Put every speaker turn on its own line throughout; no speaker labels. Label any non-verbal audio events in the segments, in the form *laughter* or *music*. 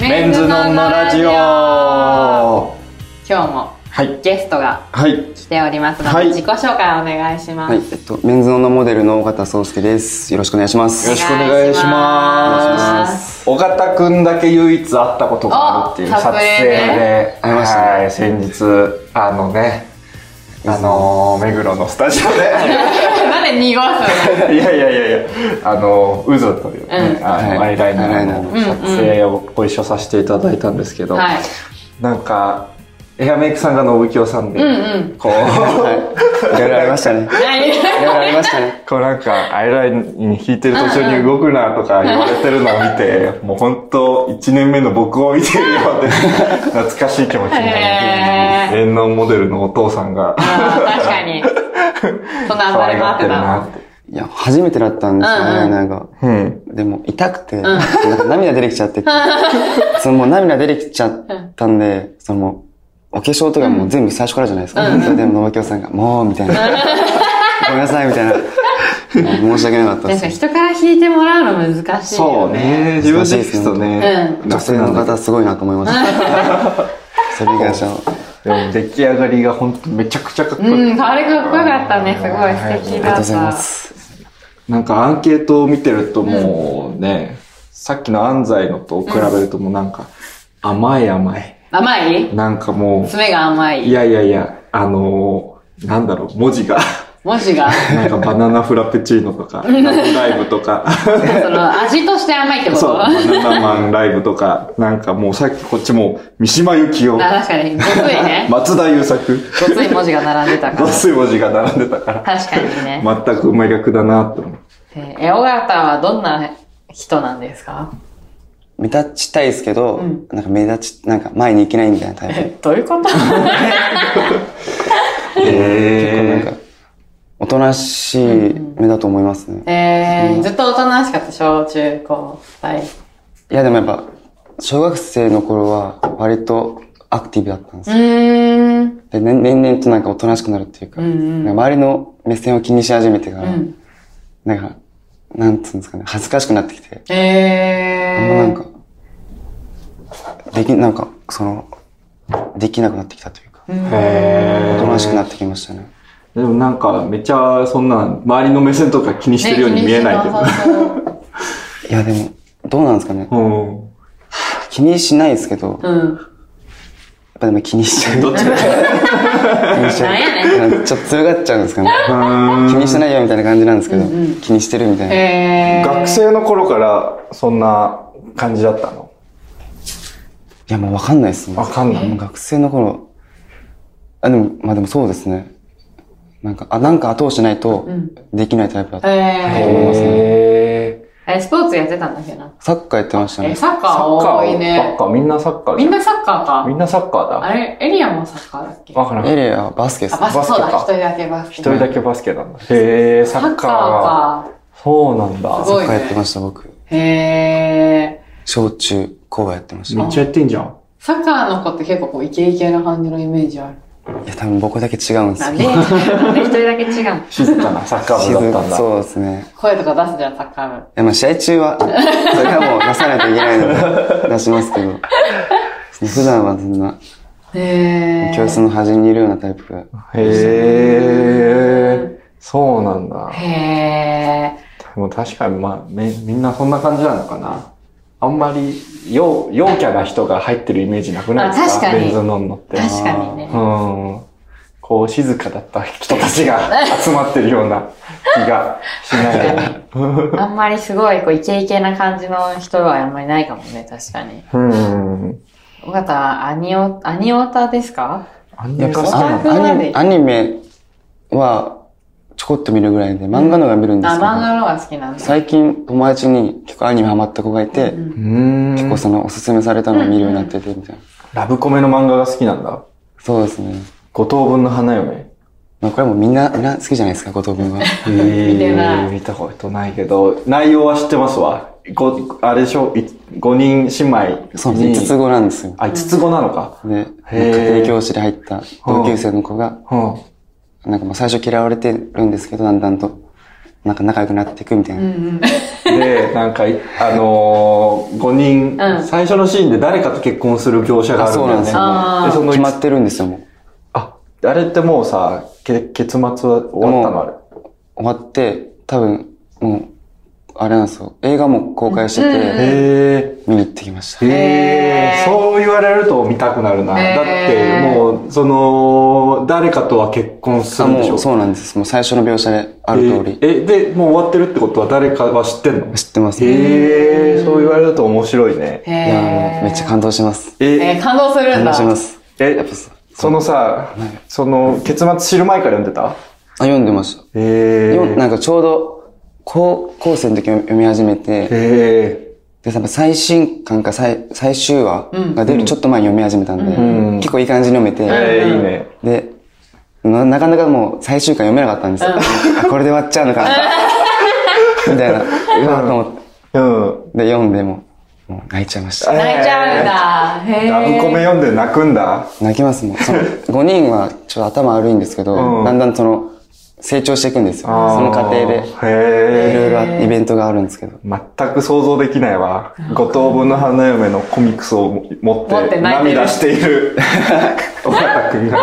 メンズノンノラジオは
今日も
い
ゲストが
はい
来ておりますので、
はい
自己紹介お願いします、
はい、えっと、メンズノンノモデルの尾形壮介です。よろしくお願いしま
よろ
す。
しくお願いし
お願いし
ま
ます
尾形くんだけ唯一会ったことがあるっていう
お
撮影で
撮影ね会いましたね
はい先日あのねあのー目黒のスタジオで
なんで濁すの
いやいやいやいやあのー渦というね、
うん
あの
はい
アイライナ
アイライナ
ー
ー
の
の
撮影をご一緒させていただいたんですけど、 *laughs*
はい
なんかエアメイクさんが信清さんで、
うんうん
こう
はい。いろいろありましたね。いろいろありましたね。
こうなんか、アイライン引いてる途中に動くなとか言われてるのを見て、もう本当1年目の僕を見てるようで、懐かしい気持ちになる
へ。ー
遠能モデルのお父さんが、
あー確かにそんな暴れ回ってたの
って。
*laughs* いや、初めてだったんですよね、
うんうん
なんか。
うん。
でも、痛くて、なんか涙出てきちゃって、 *laughs* そのもう涙出てきちゃったんで、そのもう、お化粧とかもう全部最初からじゃないですか。それでも、野間京さんが、もう、み *laughs* たいな。ごめんなさい、みたいな。もう申し訳なかったで
確かに
す。
人から引いてもらうの難しい
そ
よ
う
ね
ね。自分で聞くとね。
う
女性の方すごいなと思いました。 *laughs* それ以外じゃ、
でも出来上がりが本当めちゃくちゃかっこいい。
うんあれかっこよかったねすごい素敵
あり
だった
がとうございます。
なんかアンケートを見てるともうね、さっきの安西のと比べるともうなんか、甘い甘い。
甘い
なんかもう、
爪が甘
い
い
やいやいや、あのー、なんだろう、文字 *laughs* が、
文字が
なんかバナナフラペチーノと *laughs* か、ラブライブとか、
その味として甘いってこ
そう、
*laughs* と
バナナマンライブとか、なんかもうさっきこっちも、三島由紀夫、
あ確かにごつい
*laughs*
ね
松田優作、
ごつい文字が並んでたか
ご
ら
っつい文字が並んでたから、
確かにね
全く真逆だなと思う。
えーえ、尾形はどんな人なんですか
目立ちたいですけど、
ん
なんか目立ち、なんか前に行けないみたいなタイプで。
どういうこと
*laughs*
結構なん
え
か、おとなしい目だと思いますね。
えー、ずっとおとなしかった、小中高、大。
いやでもやっぱ、小学生の頃は割とアクティブだったんです
う
よ。
ーん。
で年年々となんかおとなしくなるっていうか、
うんうん
なんか周りの目線を気にし始めてか
う
ら、
ん。
なんか、なんつうんですかね、恥ずかしくなってきて、あんまな
え
ん
ー。
か、でき、なんか、その、できなくなってきたというか、
ー、へ
おと
ー
なしくなってきましたね。
でもなんかめっちゃそんな周りの目線とか気にしてるように見えないけど。
ど。
いやでも、どうなんですかね。
うん。
気にしないですけど、やっ
うん。
ぱでも気にしちゃう。
どっちか。 *laughs*
気にしちゃう
なんや
なんかちょっと強がっちゃうんですかね。
うーん
気にしてないよみたいな感じなんですけど、気にしてるみたいな。
えー。
学生の頃からそんな感じだったの
いや、もうわかんないですもん。
わかんない
もう学生の頃、あ、でも、まあでもそうですね。なんか、あ、なんか後押しないと
ん、
できないタイプだった。
えー。
へ
え、スポーツやってたんだっけな。
サッカーやってました
え、
ね。
サッカ
サ
ー
ッカ
多い
ー、サッ
ね。
カー、みんなサッカー
み
じ
ん
ゃん。
なサッカー
み
か。
んなサッカーだ。
あれ、エリアもサッカーだっけあ、
わからん。
エレアはバスケです。
バスケ、
バスケ
そうだ、
か
一人だけバスケ。
一人だけバスケなんだ。へえ、サ
サ
ッ
ッカ
カ
ー
ーが。
か。
そうなんだ
す。ご
サ
い
ッカーやって
ね。
ました、僕。
へー。
小中高はやってました。
めっちゃやってんじゃん。
サッカーの子って結構こうイケイケな感じのイメージある。
いや、多分僕だけ違うんで
な
す
ん
*laughs* よ。
で、なんで一人だけ違うの
静かなサッカー部だったんだ。
そうですね。
声とか出すじゃん、サッカー部。
いや、まあ試合中
*laughs*
は、それはもう出さないといけないので、出しますけ
*laughs*
ど。普段はそんな、
へ
教室の端にいるようなタイプが。
へえ、そうなんだ。
へ
でも確かにまあ、めみんなそんな感じなのかな。あんまり、陽、陽キャな人が入ってるイメージなくないですか
あ確かに
ベンズノンノって。
ー。確かにね。
うん。こう、静かだった人たちが集まってるような気がしないでもない。
あんまりすごいこうイケイケな感じの人はあんまりないかもね、確かに。
うん。
尾形はアニオ、アニオタですか
あん
やっぱ
オタク
あ
ま
ア
で
ニアニメはちょこっと見るぐらいで、漫画のが見るんで
あ、
す
漫
けど、
画の方が好きなんだ。
最近友達に結構アニメハマった子がいて、
ん
うん。
結構そのおすすめされたのを見るようになっててみたいな。
ラブコメの漫画が好きなんだ。
そうですね。
五等分の花嫁。
まあこれもみんな、みんな好きじゃないですか、五等分は。
見
てない
見たことないけど、内容は知ってますわ。ご、あれでしょい五人姉妹に。
そうですね、五つ子なんですよ。
あ、五つ子なのか。
で、
へー
家庭教師で入った同級生の子が、
うん。
なんかもう最初嫌われてるんですけど、だんだんとなんか仲良くなっていくみたいな。
うん
で、なんかい、あのー、5人、
うん
最初のシーンで誰かと結婚する描写があ
あ、
るん
そう
だ
な
よ
んで
ね
す。よ。
あー
もう
でその
決まってるんですよ、もう。
あ、あれってもうさ、け結末は終わったのあれ。
終わって、多分、もう、あれなんですよ。映画も公開して
うん
て、
へ
見に行ってきました
え。。へ
へ
え。
ー
そう言われると見たくなるな。
へー
だって、もう、その、誰かとは結婚す
あ、
るんでし
も
ょ
うそうなんです。もう最初の描写である通り。
えーえで、もう終わってるってことは誰かは知ってんの
知ってます。い
へえ、そう言われると面白いね。
へ
やーもうめっちゃ感動します。
え
え、
ー、感動するん
感
だ。
動します。
え
やっぱそ
そのさ、その、結末知る前から読んでた
あ、読んでました。
へ
読ん
え。
なんかちょうど、高校生の時読み始めて、
へ
で、多分最新刊か最最終話が出るちょっと前に読み始めたんで、
ん
結構いい感じに読めて、
え。えーいいね。
で、ななかなかもう最終回読めなかったんですよ。あこれで終わっちゃう *laughs* のかな。みたいな。うわと思って
うん。
で、読んでも、もう泣いちゃいました。
泣いちゃうんだ。へえ。
ラブコメ読んで泣くんだ。
泣きますもん。その、5人はちょっと頭悪いんですけど、
うん
だんだんその、成長していくんですよ。その過程
あーへ
で、い
え。
ろいろあイベントがあるんですけど。
全く想像できないわ。五等分の花嫁のコミックスを持っ
持ってて泣いてる
涙している尾形くんが。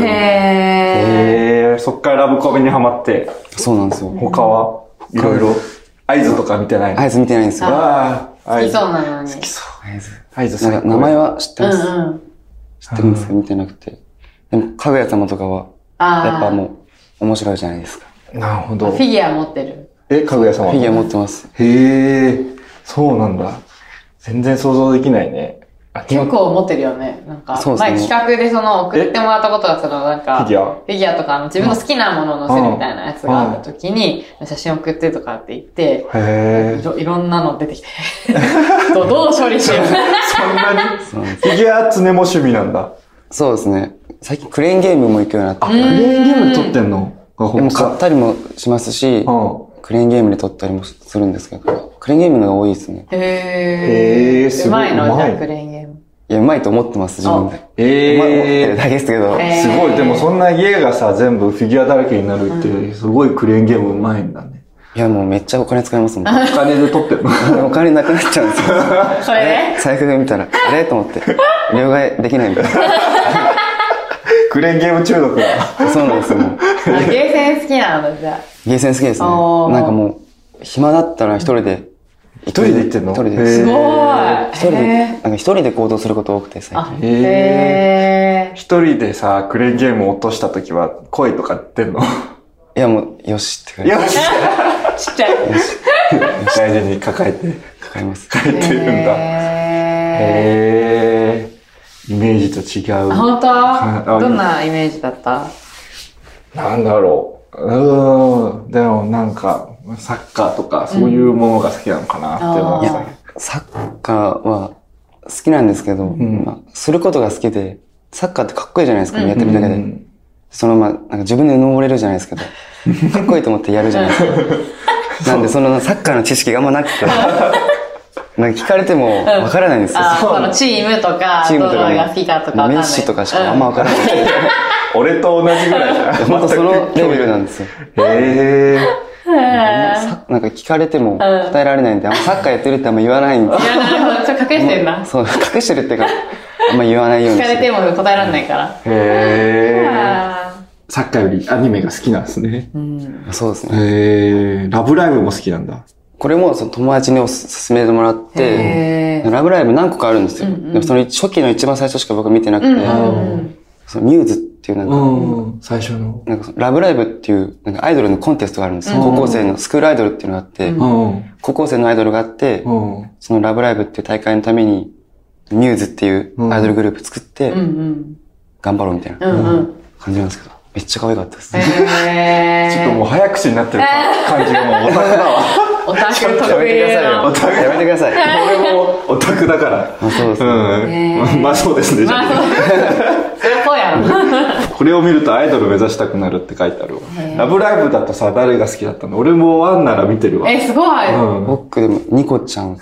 へえ。
へえ、そっからラブコメにハマって、
そうなんですよ。
他はいろいろ、合図とか見てないの
合図見てないんですよ。
ああ、
好
合
き
図
そうなのに。
好きそう。
合図。
合図
なんか名前は知って
うん
ます。
うん。
知ってるんですけど、見てなくて。でも、かぐや様とかは、
ああ。
やっぱもう、面白いじゃないですか。
なるほ
フ
ど。
ィギュア持ってる。
え、かぐや様
フィギュア持ってます。
へえ、そうなんだ。全然想像できないね。あ
結構持ってるよね。なんか、
そうですね
前企画でその送ってもらったことが、そのなんか、
フィギュア
フィギュアとかあの自分の好きなものを載せるみたいなやつがあった時に、写真送ってとかって言って、い *laughs*
へえ。
ろいろんなの出て *laughs* きて、どうどう処理しよ
*laughs*
う。
そんなに
そうなんです
フィギュア常も趣味なんだ。
そうですね。最近クレーンゲームも行くようになって
あ、クレーンゲーム撮ってんのが
で
本
も
当
買ったりもしますし、
う
クレーンゲームで撮ったりもするんですけど、クレーンゲームの方が多いですね。
へ
へー
ー。
す
う
ご
ま
い
いの
うま
じ
い
ゃあクレーンゲーム。
いや、うまいと思ってます、自分
ん。
で。うまい思っ
え
てるだ
え。
けですけど、
えー
すごい、でもそんな家がさ、全部フィギュアだらけになるって、すごいクレーンゲームうまいんだね。
いや、もうめっちゃお金使いますもん。
お金で撮ってるの
お金なくなっちゃうんですよ。
それで
財布で見たら、あれと思って、両替できないみたい
*laughs* クレーンゲーム中毒だ。
な。そうなんですよ、もう。
あゲーセン好きなのじゃ
ゲーセン好きですね。
おー
なんかもう、暇だったら一人で。一
人で行ってんの
一人で
へー。
あ。すご
え
一人
い。
で、
へ
な
ー
んか一人で行動すること多くて、最
あ
近。、
へー。
一人でさ、クレーンゲーム落とした時は、声とか出
*laughs*
んの
いや、もう、よしって感じ。
よし
ちっ
*laughs*
ちゃい。
大事に抱えて、
かかります。
抱えてるんだ。
へ
へえ。イメージと違
ー。
う。
本
あ
当どんなイメージだった
なんだろう。うーん。でもなんか、サッカーとか、そういうものが好きなのかなって思っ
い
て
や
た。
サッカーは好きなんですけど、
ん
まあ、することが好きで、サッカーってかっこいいじゃないですか、やってるだけ
う
で。
ん
そのまあ、なんか自分で登れるじゃないですけど、かっこいいと思ってやるじゃないです
*laughs*
か。なんでそのサッカーの知識があんまなくて、なんか聞かれてもわからないんですよ。
あーそのチームとか、
チームと
ど
か
の
ね
が好きかとかわかんない。
メッシとかしかあんまわからない。
俺と同じぐらいじゃん。
本当そのレベルなんですよ。
へえ。
サなんか聞かれても答えられないんで、あんまサッカーやってるってあんま言わないんで
い。や、なるほど。ちょっと隠してんだ。
そう、隠してるっていうか、あんま言わないよう
聞
に
か
して
れ
る
ても答えられないから。
へえ。
あ
サッカーよりアニメが好きなんですね
ー。うん。
そうですね。
へえ。ラブライブも好きなんだ。
これもその友達におす勧めてもらって、
へー
ラブライブ何個かあるんですよ。
うんうん
でもその初期の一番最初しか僕見てなくて、
うんうん
そのミューズっていうなんか、
うん。最初の。
なんかそのラブライブっていうなんかアイドルのコンテストがあるんですよ。
うん
高校生のスクールアイドルっていうのがあって、
うん
うん。
高校生のアイドルがあって、
うん。
そのラブライブっていう大会のために、ミューズっていうアイドルグループ作って
う、ん
頑張ろうみたい
うん。う
なん
うん。
感じなんですけど、めっちゃ可愛かったですね。
へー
ちょっともう早口になってる感じがもうオタクだわ。
オタク
や
特
めてくだ
有
さいよ。
の。
やめてくださ
*laughs*
い。
俺もオタクだから。
あそうですね
う
へ
ん。
ー
まあそうですね。じゃ
まあ
あ
そりゃそうやろ。
これを見るとアイドル目指したくなるって書いてあるわ
へ。ー
ラブライブだとさ、誰が好きだったの俺もワンなら見てるわ。
え、すごい。
うん。
僕でも、ニコちゃん、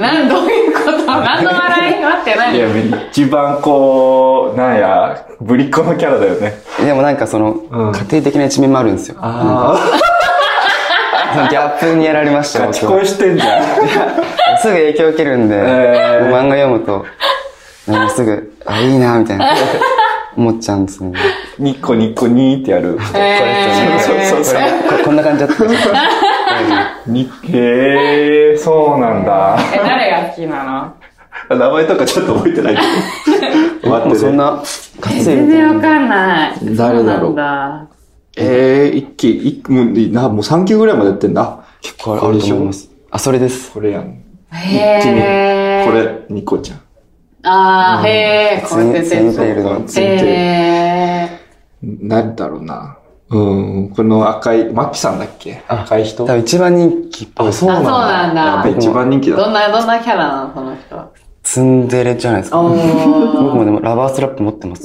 なん、どういうこと何の笑い待ってないい。
や、一番こう、なんや、ぶりっ子のキャラだよね。
でもなんかその、
うん
家庭的な一面もあるんですよ。
あ
ギャップにやられましたよ
勝ち恋してんじゃん。
僕 *laughs* すぐ影響受けるんで、
えー
漫画読むと、もうすぐ、あ、いいな、みた
*laughs*
いな、思っちゃうんですよね。
ニッコニッコニーってやる。
えー
そうそうそう
ここんな感じだったんですよ
にへえ、そうなんだ。
え、誰が好きな
名前とかちょっと覚えてないけど。待
も
っ
う
て、ね、
そんな、
の
活
全然わかんない。
誰だ
そ
ろう
うなんだ
ええ一期、一期、もういいなもう3級ぐらいまでやってんだ。
結構あると思います。あ、それです。
これやん。
へー。
こ。れ、ニコちゃん。
あー、へー。これ
ツイン
全
テー
然。
ルの。
え
へ
なんだろうな。うん、この赤い、マキさんだっけ
あ
赤い人
多分一番人気っぽ
うなんだ
い。
あそうなんだ
やっぱ一番人気
ー。ど
だ。
んな、どんなキャラなのこの人。
ツンデレじゃないですか。僕
お
も
ー。
でもラバーストラップ持ってます。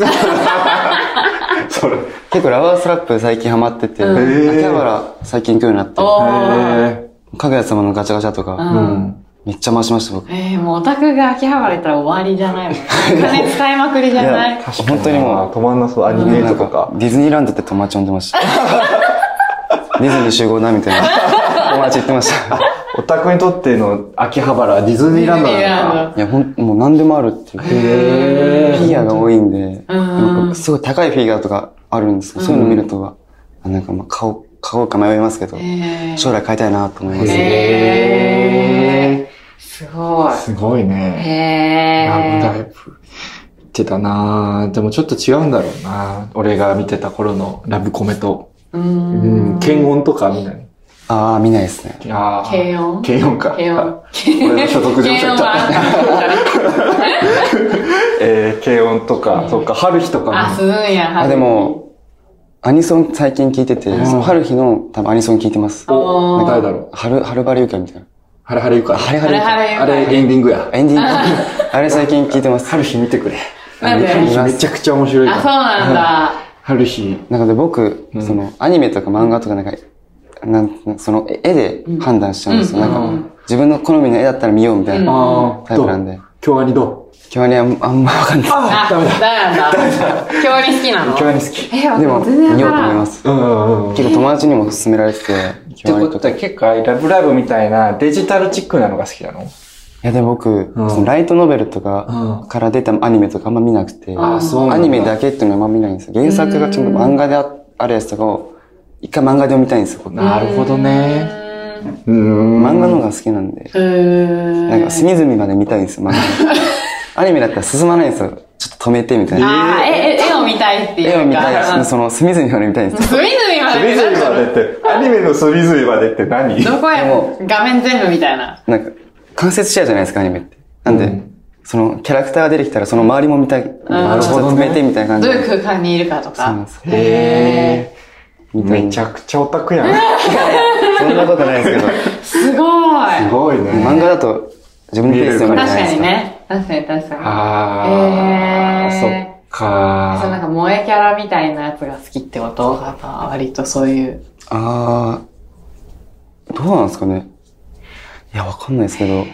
それ。へ
結構ラバーストラップ最近ハマってて、
うん
へー
秋葉原最近行くようになって、
おー。
え。
かぐや様のガチャガチャと
う
か、
ん。
めっちゃ回しました僕。い
えー、もうオタクが秋葉原行ったら終わりじゃないもん。お金使いまくりじゃない。
や、本当にも
う、止まんなそう、アニ
う、
メ
なん
と
か
かか。
ディズニーランドって友達呼んでました。 *laughs* ディズニー集合なみたいな友達言ってました。
オタクにとっての秋葉原はディズニーランドなのか。
いや、ほん、もう何でもあるっていうか、フ
へ
ィギュアが多いんで、
うん
なんかすごい高いフィギュアとかあるんですけど、そういうの見ると、あなんかまあ買おう、買おうか迷いますけど、
えー
将来買いたいなと思います。
えー、すごい。
すごいね。
へ
ラブラ
ー。
イブ見てたなぁでもちょっと違うんだろうなぁ俺が見てた頃のラブコメと。
う
うんん。検温とか見ない。
ああ、見ないですね。
あー
軽音
軽音か。
軽音。
俺の所属事務所行っちゃった。えー、軽音とか、そっか、春日とか
*laughs* あ、
も
す。るんや。
あ、で、も、アニソン最近聞いてて、
うん
その春日の多分アニソン聞いてます。
お
お、誰だろう。
春、春バリューキャみたいな。
ハレハレゆか。
ハレハ
あれ
レ。
あれ
あれ、エンディングや。
エンディング。あれ最近聞いてます。
春日見てくれ。
なんで
春日めちゃくちゃ面白いか
あ、そう
ら。
なんだ。
春日。
なので僕、
うん
そのアニメとか漫画とかなんか、なんその絵で判断しちゃうんですよ。
うん
う
なんんか、自分の好みの絵だったら見ようみたいな
あ
タ
あ、
イ
ど
プなん
う
で。
京アニどう
今日にあんあんまわかんない。
あ
あ、
ダメだ。
だよな。京アニ好きなの
京アニ好き。
え、
でも、
私全然
見よ
わ
う
から
と思い
ん。
ます。
うんうんうん。
結構友達にも勧められてて、
って
今日
こ
に
と
とか。
はい結構ああいうラブライブみたいなデジタルチックなのが好きなの
や、でも僕、
うん
そのライトノベルと
う
かから出たアニメとかあんま見なくて、
あーそう
なんだ
アニメだけっていうのはあんま見ないんですよ。原作がちょっと漫画であるやつとかを、一回漫画で読みたいんですよ。僕
なるほどね。
うん漫画の方が好きなんで。
うーん。
なんか隅々まで見たいんですよ、漫画。アニメだったら進まないんですよ。ちょっと止めてみたいな。
あーえ、え、絵を見たいっていうか。
絵を見たいし、その隅々まで見たいんですよ。
隅々まで
隅々までって、アニメの隅々までって何
どこや
でも
画面全部みたいな。
なんか、間接視野じゃないですか、アニメって。なんで、
うん
そのキャラクターが出てきたらその周りも見たい。
なる
ちょ
ほ
っ
ど
と
ね
止めてみたいな感じ
どう
で。
いう空間にいるかと
そうなん
か
で。す
へ
み
ー
たい
め
な。
ちゃくちゃオタクやん。す
そんなことないですけど、
すごい
ごいね。
漫画だと自分のペースで読める
確
じゃないで
か
す
に
か。
ね。確かに確か
ああ、
へー
そっ
に。そう、なん
か
か萌えキャラみたいなやつが好きってことが、まあ割とそういう。
あー、どうなんですかね。いや、わかんないですけど。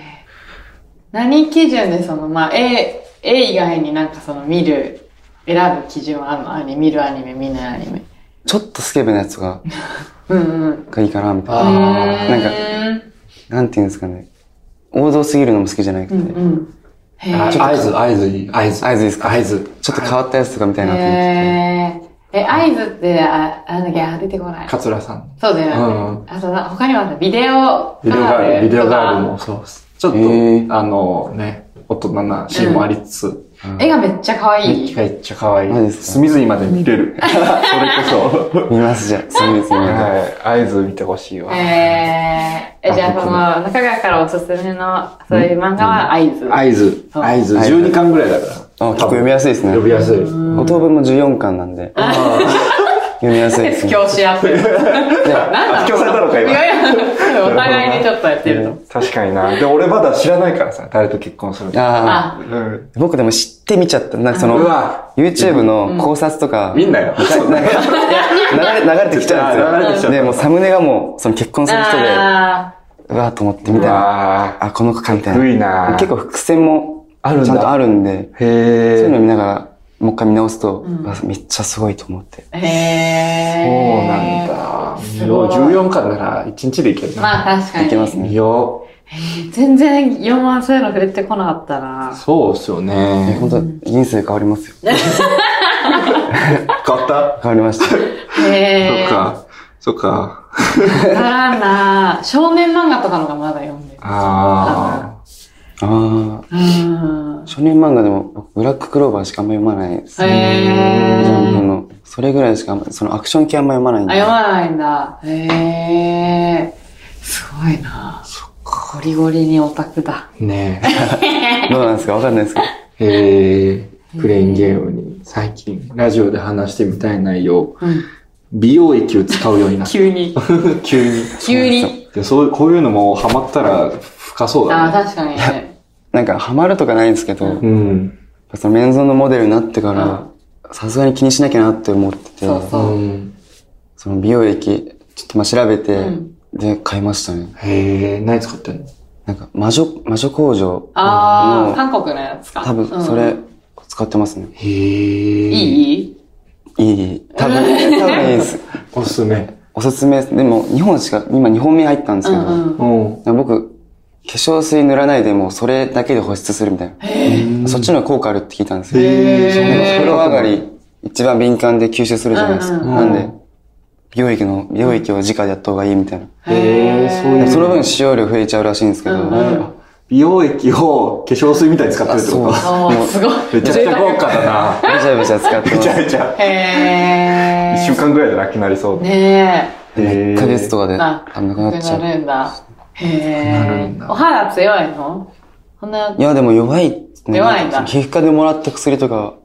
何基準でその、まあ、絵、絵以外になんかその見る、選ぶ基準はあるのアニメ、見るアニメ、見ないアニメ。
ちょっとスケベなやつが
うんうん。
がいいかな、みたいな。
あ
なんか
か、
なんていうんですかね。王道すぎるのも好きじゃなくて、
うんうん。へ
あ
ー
合図、合図いい、合図。
合図いいですか
合図。
ちょっと変わったやつとかみたいなと思ってて。
へーえ、合図って、あ、あなんだっけ、あ出てこない。
桂さん。
そうだよね。
うん
あとな、他にもあったビデオ
ビデオガール、ビデオガールもそうです。ちょっと
へー、
あのね、大人なシーンもありつつ、
絵がめっちゃ可愛
め
い。
っちゃ可愛
マジで
い。
すか
隅々まで見れる。それこそ。
見ますじゃあ、そうですね。
はい。合図見てほしいわ。
えー、えじゃあ、その、中川からおすすめの、そういう漫画は合図。
合図。
そう
合図。
合図
12巻ぐらいだから。あ、
あ、結構読みやすいですね。
呼びやすい。
五等分も14巻なんで、読みやすいです
不
ね。
教し
*laughs*
合ってる。 *laughs* なんだ
発狂されたのか、
い
今。
やいや、 *laughs* お互いにちょっとやってると。
確かにな。で、俺まだ知らないからさ、誰と結婚するの。
あ
あ
う、
あ
ん。、
僕でも知ってみちゃった。なんかそうの、
わ。
YouTube の考察とか、
みんなよ。
なんか流れ、流れてきちゃう
流
ん
れて
で
きちゃ
すよ。
う
で、もうサムネがもう、その結婚する人で、
あ
うわーと思ってみ
う
たいな。
わ
あ、この子かみた
ー。古
い
いな
な。。結構。伏線も、
あるんだ
ちゃんとあるんで、
へ
そういうの
ー。
見ながら、もう一回見直すと、うわめっちゃすごいと思って。
ー、へ
そうなん
ー。
だ。
す
いや、
ごい。
14巻なら1日でいけるな。
まあ確かに。
いけますね
いや、
全然読まそういうの触れてこなかったな。
そうっすよね。
本当人生変わりますよ。
買った
変わりまし
*laughs*
た。
へ
そ
え。
っか。そっか。
わからんな。少年漫画とかのがまだ読んでる。
あ
ああ。
うん。
少年漫画でも、僕ブラッククローバーしかあんま読まないです。
へえ。
ジャンプの。それぐらいしかあんま、そのアクション系あんま読まないん
あ、
で。
読まないんだ。へえ。すごいな。そっか。ゴリゴリにオタクだ。
あ。ね
どうなんですかわかんないですけど。
え。えー、クレインゲームに最近ラジオで話してみたい内容、
うん。
美容液を使うようになっ
急に。
た。急に。
急に。
でそうこういうのもハマったら深そう
あ
だ
あ、
ね。
確かにね。
なんか、ハマるとかないんですけど、
うん。
そのメンズのモデルになってから、さすがに気にしなきゃなって思ってて、
そう
う
そ
ん。
その美容液、ちょっとまあ調べて、
うん
で、買いましたね。
へえ、何使ってんの
なんか、魔女、魔女工場。
あ
も
あ、
う
韓国のやつか。
多
う
分、
ん
それ、使ってますね。
へえ。い
いい
いい。多分、多分いいです。
おすすめ。
おすすめです。でも、日本しか、今2本目入ったんです
う
けど、
んうん。
うん。
僕、化粧水塗らないでもうそれだけで保湿するみたいな。そっちの方が効果あるって聞いたんですよ。
へー
そんな
でお風呂上がり、一番敏感で吸収するじゃないですか。
うん
うん
なん
う
で、美容液の、美容液を直でやった方がいいみたいな。
へえ、そう
で
い
も
う。
その分使用量増えちゃうらしいんですけど、
うん
も
あ美容液を化粧水みたいに使ってるってこ
あそ
ああ、すごい。
とめちゃくちゃ豪華だな。
うべちゃべちゃ使って
*laughs* め
ま
ち
す。
ゃめちゃ。
へ
一
ー
週間ぐらいでなくなりそうだ。
ね
へ
1ヶ月とか
え。
で、
な
あ、なくなっちゃ
な
う。
るんだ。
なる
へえ。
んだ
お肌強いのそんな、
いや、でも弱い、ね。
弱いんだ
皮膚科でもらった薬とか、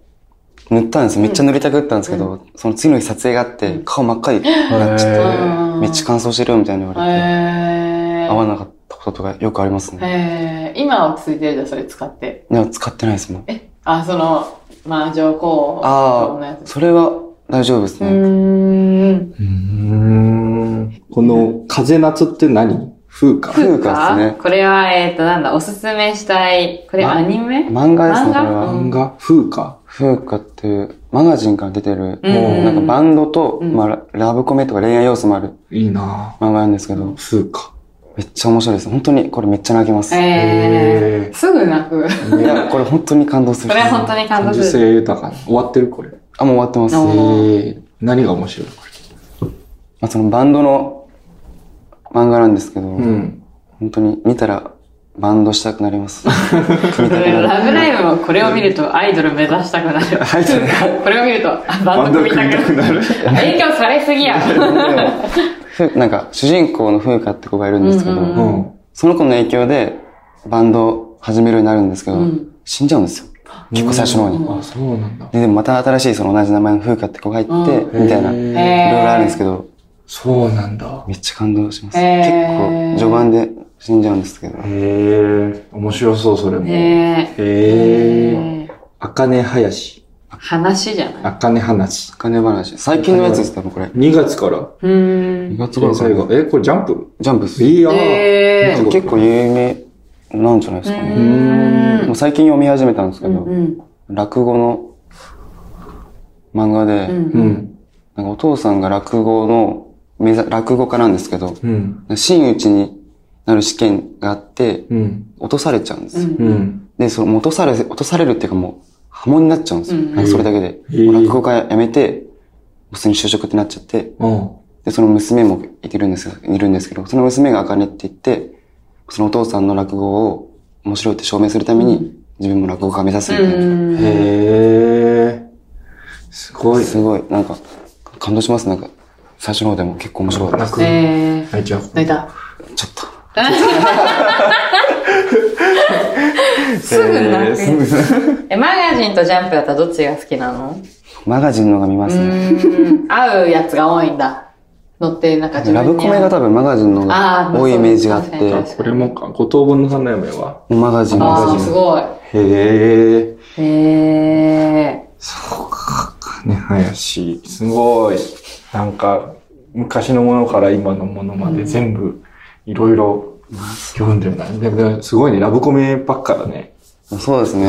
塗ったんですよ。めっちゃ塗りたくったんですけど、その次の日撮影があって、顔真っ赤になっちゃって、
うん
めっちゃ乾燥してるよみたいに言われて。
へ
合わ
ー
なかったこととかよくありますね。
へー今はついてるじゃん、それ使って。
いや、使ってないですもん。
えあ、その、まあ、上皇
あ
のや
あ、
つ。
それは大丈夫です
う
ね。
ーん。
うーんこの風夏って何風か。
風花ですね
これは、えっと、なんだ、おすすめしたい。これ
ま
アニメ
漫画です
漫
ね、こ
画
れは。
漫画風か。
風花っていうマガジンから出てる、
うん
うんうん
なんかバンドと、
うん
まあラ、ラブコメとか恋愛要素もある
いいな
漫画なんですけど、
風か。
めっちゃ面白いです。本当にこれめっちゃ泣けます。い
え
へ
ー、すぐ泣
*laughs*
く。
や、これ本当に感動する。
これは本当に感動
感受
する。
性豊かな。終わってるこれ。へ
あ、もう終わってます。
おー
ま
え。何が面白いこ
あ、そのバンドの漫画なんですけど、
れ。
*laughs*
ん。
本当に見たらバンドしたくなります。
これラブライブもこれを見るとアイドル目指したくな
*laughs*
る。
イドル
これを見るとあバンド組みたくなる。
る。
影響されすぎや。
ふなんか、主人公の風花って子がいるんですけど、
うんうん
う。
うん
その子の影響でバンドを始めるようになるんですけど、
うん
死んじゃうんですよ。結構最初の方に。
あ、そうなんだ。
で、でもまた新しいその同じ名前の風花って子が入って、
うん
みたいな、いろい
へー
へー
ろあるんですけど、
そうなんだ。
めっちゃ感動します。
へ
結
ー
構、序盤で死んじゃうんですけど。
へえ。面白そう、それも。
ね
へえ。
え。
あかねはやし。
話じゃない
あかねはなし。
金話。最近のやつです、多分これ。
2月から。
うー
2
ん。
月頃か
最
ら。
後。え、これジャンプ
ジャンプです。
いや
へ
ー。
ー
結構有名なんじゃないですか
う
ね。
ーん
もう最近読み始めたんですけど、
うん。
落語の漫画で、
う。
うんん。
なんかお父さんが落語の目ざ、落語家なんですけど、
うん。
真打ちになる試験があって、
うん。
落とされちゃうんですよ。
うん。
うん。
で、その落とされ、落とされるっていうかもう、波紋になっちゃうんですよ。
うん
なんかそれだけで。
へー
落語家辞めて、普通に就職ってなっちゃって、
うん。
で、その娘もいてるんですいるんですけど、その娘が茜って言って、そのお父さんの落語を面白いって証明するために、自分も落語家目指すみたいな。
うん。
へえ。すごい。
すごい、なんか、感動します。なんか、最初の方でも結構面白かったです。
泣
えー。
く。泣いちゃう。
泣いた。
ちょっと。
すぐ
えー
泣く。
すぐ
え、マガジンとジャンプだったらどっちが好きなの
マガジンのが見ますね。
合うやつが多いんだ。乗って、なんか自分
ラ
に
ブコメが多分マガジンの
あ
が
ー
多いイメージがあっ
そうですね確かに確か
て、
これもか。五等分の三代目は。
マガジン、マ
あ
ガ
あ、
ジ
す
ン。
ごい。
へえ。
へえ。
そうか。金林。すごい。なんか、昔のものから今のものまで全部、いろいろ読んでるな。でも、すごいね。ラブコメばっかだね。
*laughs* そうですね。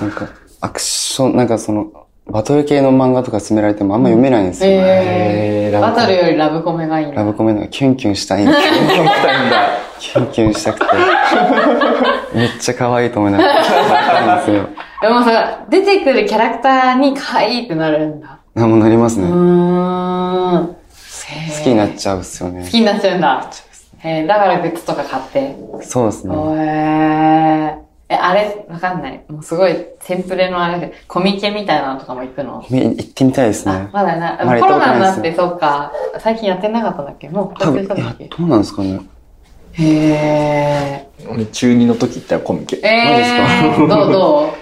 なんか、アクション、なんかその、バトル系の漫画とか勧められてもあんま読めないんですよ。
え
えー
ー、
ラブコメ
バト
*laughs*
ルよりラブコメがいいな。
ラブコメの方がキュンキュ
*laughs*
ンしたいんですよ。
読みたいんだ。
キュンキュンしたくて。めっちゃ可愛いと思いながら
*laughs*
買ったんですよ。
でもさ、出てくるキャラクターに可愛いってなるんだ。
なんもなります
う
ね。好
ーん。好
きになっ
ゃ
ちゃうっすよね
好。きになっちゃうんだ。えー、だからグッズとか買って。
そうですね。
おえー。え、あれ、わかんない。もうすごい、テンプレのあれ、コミケみたいなのとかも行くの
み行ってみたいです
あ
ね、。
まだな、
あまり
コロ
行った
ナ
こ
に
とな
ないっ
で
て、そうか。最近やってなかったんだっけもう
多
復活
分、い
したんだ
や
っけ、
どうなんですかね。
へー。
俺中2の時行ったよ、コミケ。
えー、
*laughs*
どうどう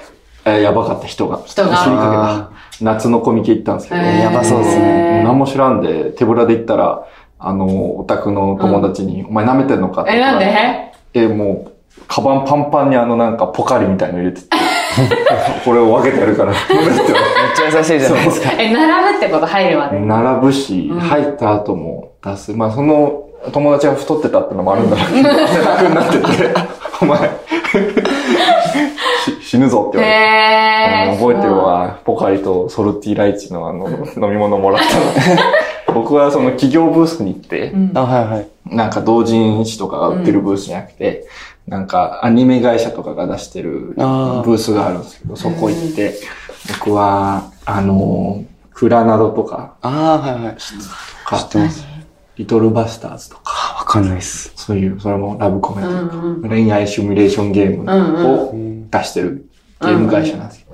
えーやばかった、人が。
人が
死にかけた。夏のコミケ行ったんですけど。
へー
やばそうです
ね
もう何も知らんで、手ぶらで行ったら、あの、お宅の友達に、お前舐めてんの *laughs* かって
え、
言
な
わ
ん
れて。
で
え、もう、カバンパンパンにあのなんかポカリみたいの
*laughs*
入れてて、これを分けてやるから、飲めって言われ
めっちゃ優しいじゃないですか。
え、並ぶってこと入るま
て
で。
並ぶし、
うん
入った後も出す。まあ、その友達が太ってたってのもあるんだろうけど、汗だく *laughs* になってて、お
*laughs*
前、し死ぬぞって言われて。あ
へ
の
ー。
覚えてるわ、ポカリとソルティライチのあの、飲み物もら *laughs* ったの。僕はその企業ブースに行って
う、ん。
あ、はいはい。
なんか同人誌とかが売ってるブースじゃなくて、なんかアニメ会社とかが出してるブ
あー
ースがあるんですけど、そこ行って、僕は、あの、クラナドとか、
あー、はいはい。知
か
ってます。
リトルバスターズとか、
わかんないっす。
そういう、それもラブコメ
う
とい
ん
う
う
か、
ん。
恋愛シミュレーションゲーム
う
を
ん
出してるゲーム会社なんですけど、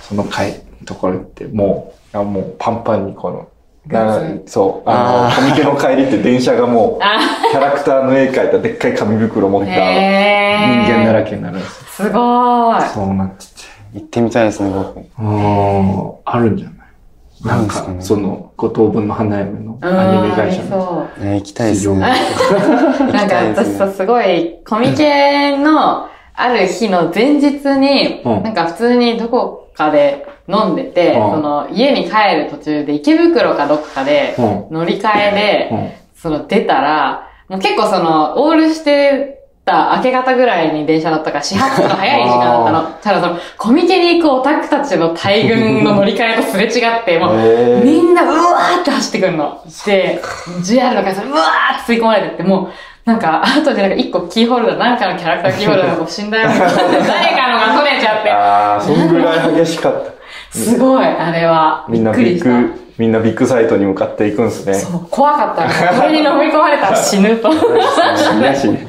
その会、ところ行って、もう、あもうパンパンにこの、な
グッ
そう、あ
あ
の、コミケの帰りって電車がもう、
あ、
キャラクターの絵描いたでっかい紙袋持った人
へー。
間だらけになるんですよ。
すごーい。
そうなってて。
行ってみたいですね、僕。
うーん、あるんじゃないなん
あ
か
るん、ですか
その、五等分の花嫁の
う
アニメ
ん、あ
会
り
社の
そう。
えー行きたいです
企業
ね。
なんか私さ、すごい、コミケのある日の前日に、
うん
なんか普通にどこかで飲んでて、
うん
その家に帰る途中で池袋かどっかで
うん
乗り換えで、
うん
その出たら、もう結構その、オールしてた明け方ぐらいに電車だったから、始発とか早い時間だったの。ただその、コミケに行くオタクたちの大群の乗り換えとすれ違って、もう、
へ
み
ー
んな、うわーって走ってくるの。で、JR の会社にうわーって吸い込まれてって、もう、なんか、後でなんか一個キーホルダー、なんかのキャラクターキーホルダーが死んだよみたいな。誰かのが取れちゃっ
ああ、そんぐらい激しかった。
て。すごい、あれは。
みんな
びっく
ビ
り
ッ
した。
グ、みんなビッグサイトに向かっていくんですね。 *laughs*
そう、怖かった。これに飲み込まれたら死 *laughs* ぬと。
死んだしね。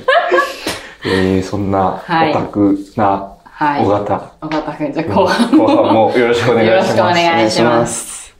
えー、そんな、オ
はい
タクな、
はい。
尾
尾
形。
形くん、じゃあ後
後
半
半もよろしくお願いします。
よろしくお願いします。
す。